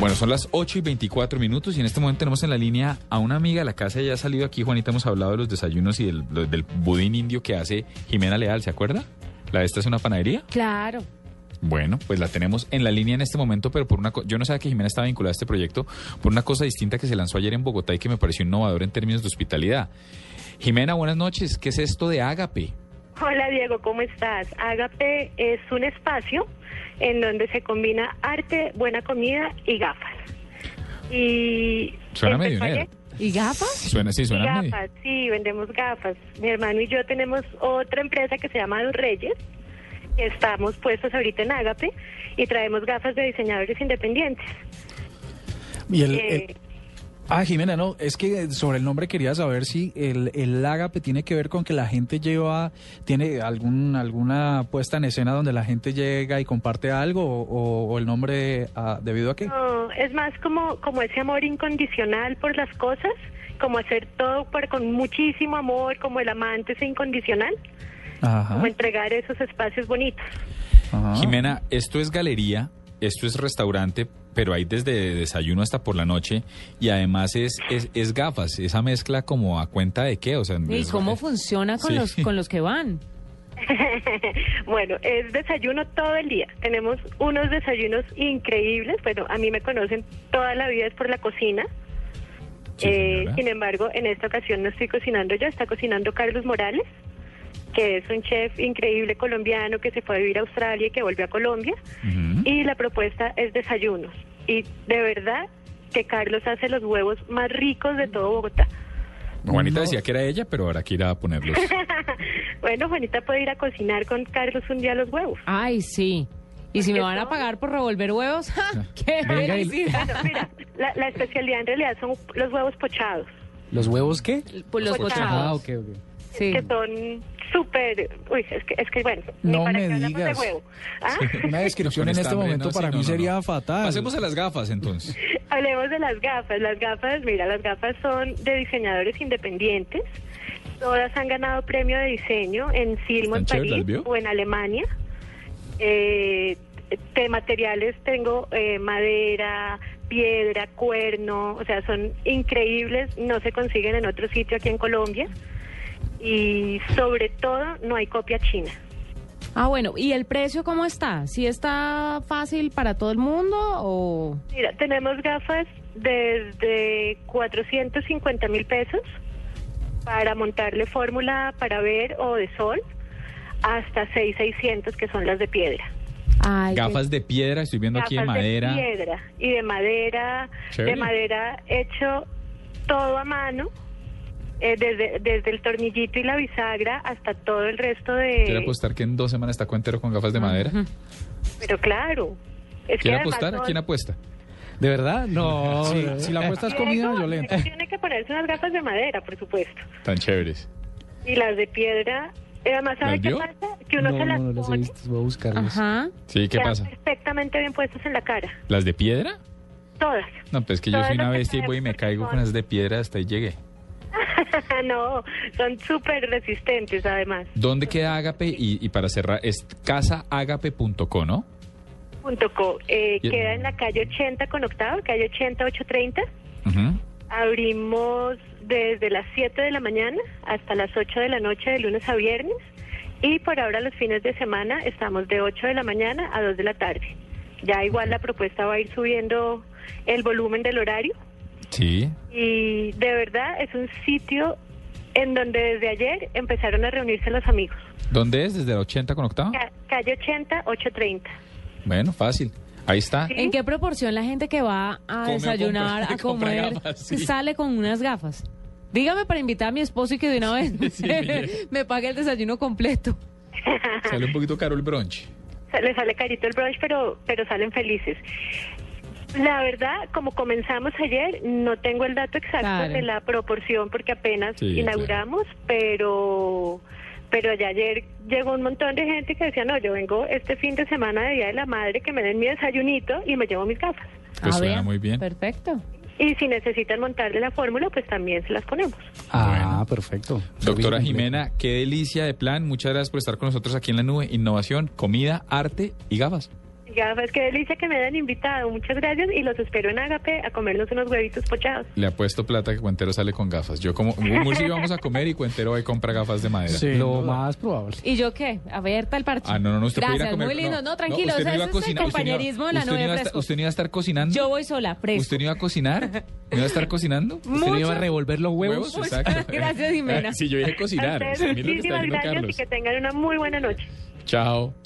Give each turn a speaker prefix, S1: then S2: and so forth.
S1: Bueno, son las 8 y 24 minutos y en este momento tenemos en la línea a una amiga de la casa. Ya ha salido aquí, Juanita, hemos hablado de los desayunos y del, lo- del budín indio que hace Jimena Leal, ¿se acuerda? La de esta es una panadería.
S2: Claro.
S1: Bueno, pues la tenemos en la línea en este momento, pero por una co- yo no sabía que Jimena estaba vinculada a este proyecto por una cosa distinta que se lanzó ayer en Bogotá y que me pareció innovador en términos de hospitalidad. Jimena, buenas noches. ¿Qué es esto de Ágape?
S3: Hola Diego, ¿cómo estás? Ágape es un espacio en donde se combina arte, buena comida y gafas. Y
S1: Suena medio
S3: este proyecto-
S1: nerd.
S2: ¿Y gafas?
S1: Suena, sí,
S3: y
S1: suena medio.
S3: gafas, sí, vendemos gafas. Mi hermano y yo tenemos otra empresa que se llama Los Reyes. que Estamos puestos ahorita en Ágape y traemos gafas de diseñadores independientes.
S4: Y el,
S3: Eh,
S4: el- ah, Jimena, no, es que sobre el nombre quería saber si el, el ágape tiene que ver con que la gente lleva, tiene algún alguna puesta en escena donde la gente llega y comparte algo o, o el nombre ah, debido a qué.
S3: No, es más como, como ese amor incondicional por las cosas, como hacer todo por, con muchísimo amor, como el amante es incondicional,
S4: Ajá,
S3: como entregar esos espacios bonitos.
S4: ajá.
S1: Jimena, esto es galería, esto es restaurante, pero hay desde desayuno hasta por la noche y además es, es, es gafas, esa mezcla como a cuenta de qué, o sea,
S2: ¿Y
S1: es-
S2: cómo
S1: es-
S2: funciona con
S1: Sí.
S2: los con los que van?
S3: bueno, es desayuno todo el día. Tenemos unos desayunos increíbles. Bueno, a mí me conocen toda la vida es por la cocina.
S1: Sí,
S3: Eh,
S1: señora.
S3: sin embargo, en esta ocasión no estoy cocinando yo, está cocinando Carlos Morales, que es un chef increíble colombiano que se fue a vivir a Australia y que volvió a Colombia.
S1: Ujú.
S3: Y la propuesta es desayunos. Y de verdad que Carlos hace los huevos más ricos de todo Bogotá.
S1: Juanita
S4: No.
S1: decía que era ella, pero ahora que irá a ponerlos.
S3: Bueno, Juanita puede ir a cocinar con Carlos un día los huevos.
S2: Ay, sí. ¿Y si me van a pagar por revolver huevos?
S1: Ah.
S2: ¡Ja! ¡Qué
S4: Venga, y-
S2: felicidad!
S3: Bueno, mira, la, la especialidad en realidad son los huevos pochados,
S5: ¿Los huevos qué?
S2: Por los pochados.
S3: Pochados.
S5: Ah, ok, ok.
S2: Sí.
S3: que son súper... Uy, es que, es que bueno,
S4: No
S3: ni para
S4: me
S3: qué hablamos
S4: digas.
S3: de huevo. ¿Ah?
S4: Una descripción
S1: Con
S4: en
S1: esta
S4: este
S1: hambre,
S4: momento
S1: no, sí,
S4: para
S1: no,
S4: mí
S1: no,
S4: sería
S1: no.
S4: fatal.
S1: Pasemos a las gafas entonces.
S3: Hablemos de las gafas. Las gafas, mira, las gafas son de diseñadores independientes. Todas han ganado premio de diseño en Silmo, en
S1: Están chéveres,
S3: París
S1: ¿las vio?
S3: o en Alemania. Eh, de materiales tengo eh, madera, piedra, cuerno, o sea, son increíbles, no se consiguen en otro sitio aquí en Colombia. Y sobre todo, no hay copia china.
S2: Ah, bueno. ¿Y el precio cómo está? ¿Sí está fácil para todo el mundo o...?
S3: Mira, tenemos gafas desde 450 mil pesos para montarle fórmula para ver o de sol hasta 6600 que son las de piedra.
S2: Ay, qué-
S1: Gafas de piedra, estoy viendo aquí de
S3: Gafas
S1: madera.
S3: De piedra y de madera,
S1: Chévere.
S3: de madera hecho todo a mano. eh, desde, desde el tornillito y la bisagra hasta todo el resto
S1: Quiero
S3: de...
S1: apostar que en dos semanas está cuentero con gafas de madera.
S2: Ujú.
S3: Pero claro. Es que
S1: ¿Quiere
S3: además
S1: apostar? ¿A
S3: son-
S1: quién apuesta?
S5: ¿De verdad? No.
S4: Sí,
S5: de-
S4: si la apuesta
S3: Eh,
S4: es comida,
S3: Diego,
S4: violenta.
S3: Tiene que ponerse unas gafas de madera, por supuesto.
S1: Tan chéveres.
S3: Y las de piedra, eh, además, ¿sabe
S1: ¿Las
S3: qué
S1: vio?
S3: pasa? Que uno
S5: No,
S3: se las
S5: no, no las he
S3: pone,
S5: visto. Voy a buscarlas.
S2: Ajá.
S1: Sí, ¿qué
S3: quedan
S1: pasa?
S3: perfectamente bien puestas en la cara,
S1: ¿Las de piedra?
S3: todas.
S1: No, pues es que yo
S3: Todas
S1: soy una
S3: las que
S1: bestia y voy y me
S3: tenemos
S1: caigo con
S3: son-
S1: las de piedra hasta ahí llegué.
S3: no, son súper resistentes además.
S1: ¿Dónde queda Ágape? Y, y para cerrar, es casaagape.co, ¿no?
S3: Punto co, eh,
S1: Y-
S3: queda en la calle 80 con octavo, calle 80, 830.
S1: Ujú.
S3: Abrimos desde las 7 de la mañana hasta las 8 de la noche de lunes a viernes. Y por ahora los fines de semana estamos de 8 de la mañana a 2 de la tarde. Ya igual la propuesta va a ir subiendo el volumen del horario.
S1: Sí.
S3: y de verdad es un sitio en donde desde ayer empezaron a reunirse los amigos.
S1: ¿Dónde es? ¿Desde la 80 con octava?
S3: Ca- Calle 80, 830.
S1: Bueno, fácil. Ahí está.
S2: ¿En qué proporción la gente que va
S1: Come
S2: a
S1: o
S2: desayunar,
S1: compra-
S2: a
S1: compra
S2: comer,
S1: gafas, sí.
S2: sale con unas gafas? Dígame para invitar a mi esposo y que de una vez
S1: sí, mire.
S2: me pague el desayuno completo.
S1: Sale un poquito caro el brunch.
S3: Sa- Le sale carito el brunch, pero, pero salen felices. La verdad, como comenzamos ayer, no tengo el dato exacto
S2: Claro.
S3: de la proporción porque apenas
S1: Sí,
S3: inauguramos, pero pero ya ayer llegó un montón de gente que decía, no, yo vengo este fin de semana de Día de la Madre, que me den mi desayunito y me llevo mis gafas.
S1: Pues
S2: Ah,
S1: suena
S2: vea,
S1: muy bien.
S2: Perfecto.
S3: Y si necesitan montarle la fórmula, pues también se las ponemos.
S5: Ah, perfecto.
S1: Doctora
S5: Servicio
S1: Jimena, qué delicia de plan. Muchas gracias por estar con nosotros aquí en la nube. Innovación, comida, arte y gafas.
S3: Gafas, qué delicia que me hayan invitado. Muchas gracias y los espero en Agape a comernos unos huevitos pochados.
S1: Le apuesto plata que Cuentero sale con gafas. Yo como, Murci vamos a comer y Cuentero va y compra gafas de madera.
S4: Sí.
S5: Lo más probable.
S2: ¿Y yo qué? Abierta el parche.
S1: Ah, no, no, no, usted puede ir a
S2: Gracias,
S1: comer.
S2: muy lindo. No, tranquilo.
S1: usted
S2: o sea,
S1: iba a
S2: ese es el
S1: cocinar, usted no iba-
S2: compañerismo de la
S1: usted no
S2: nube
S1: iba a estar-
S2: fresco.
S1: ¿Usted no iba a estar cocinando?
S2: Yo voy sola, fresco.
S1: ¿Usted no iba a cocinar? ¿No iba a estar cocinando?
S5: ¿Usted Pues no iba a
S2: Mucho-
S5: revolver los huevos?
S2: Muchas gracias, Jimena.
S1: Si yo dije
S3: A
S1: cocinar.
S3: ustedes
S1: Mire lo que está
S3: muchísimas
S1: diciendo
S3: gracias y
S1: Carlos.
S3: que tengan una muy buena noche.
S1: Chao.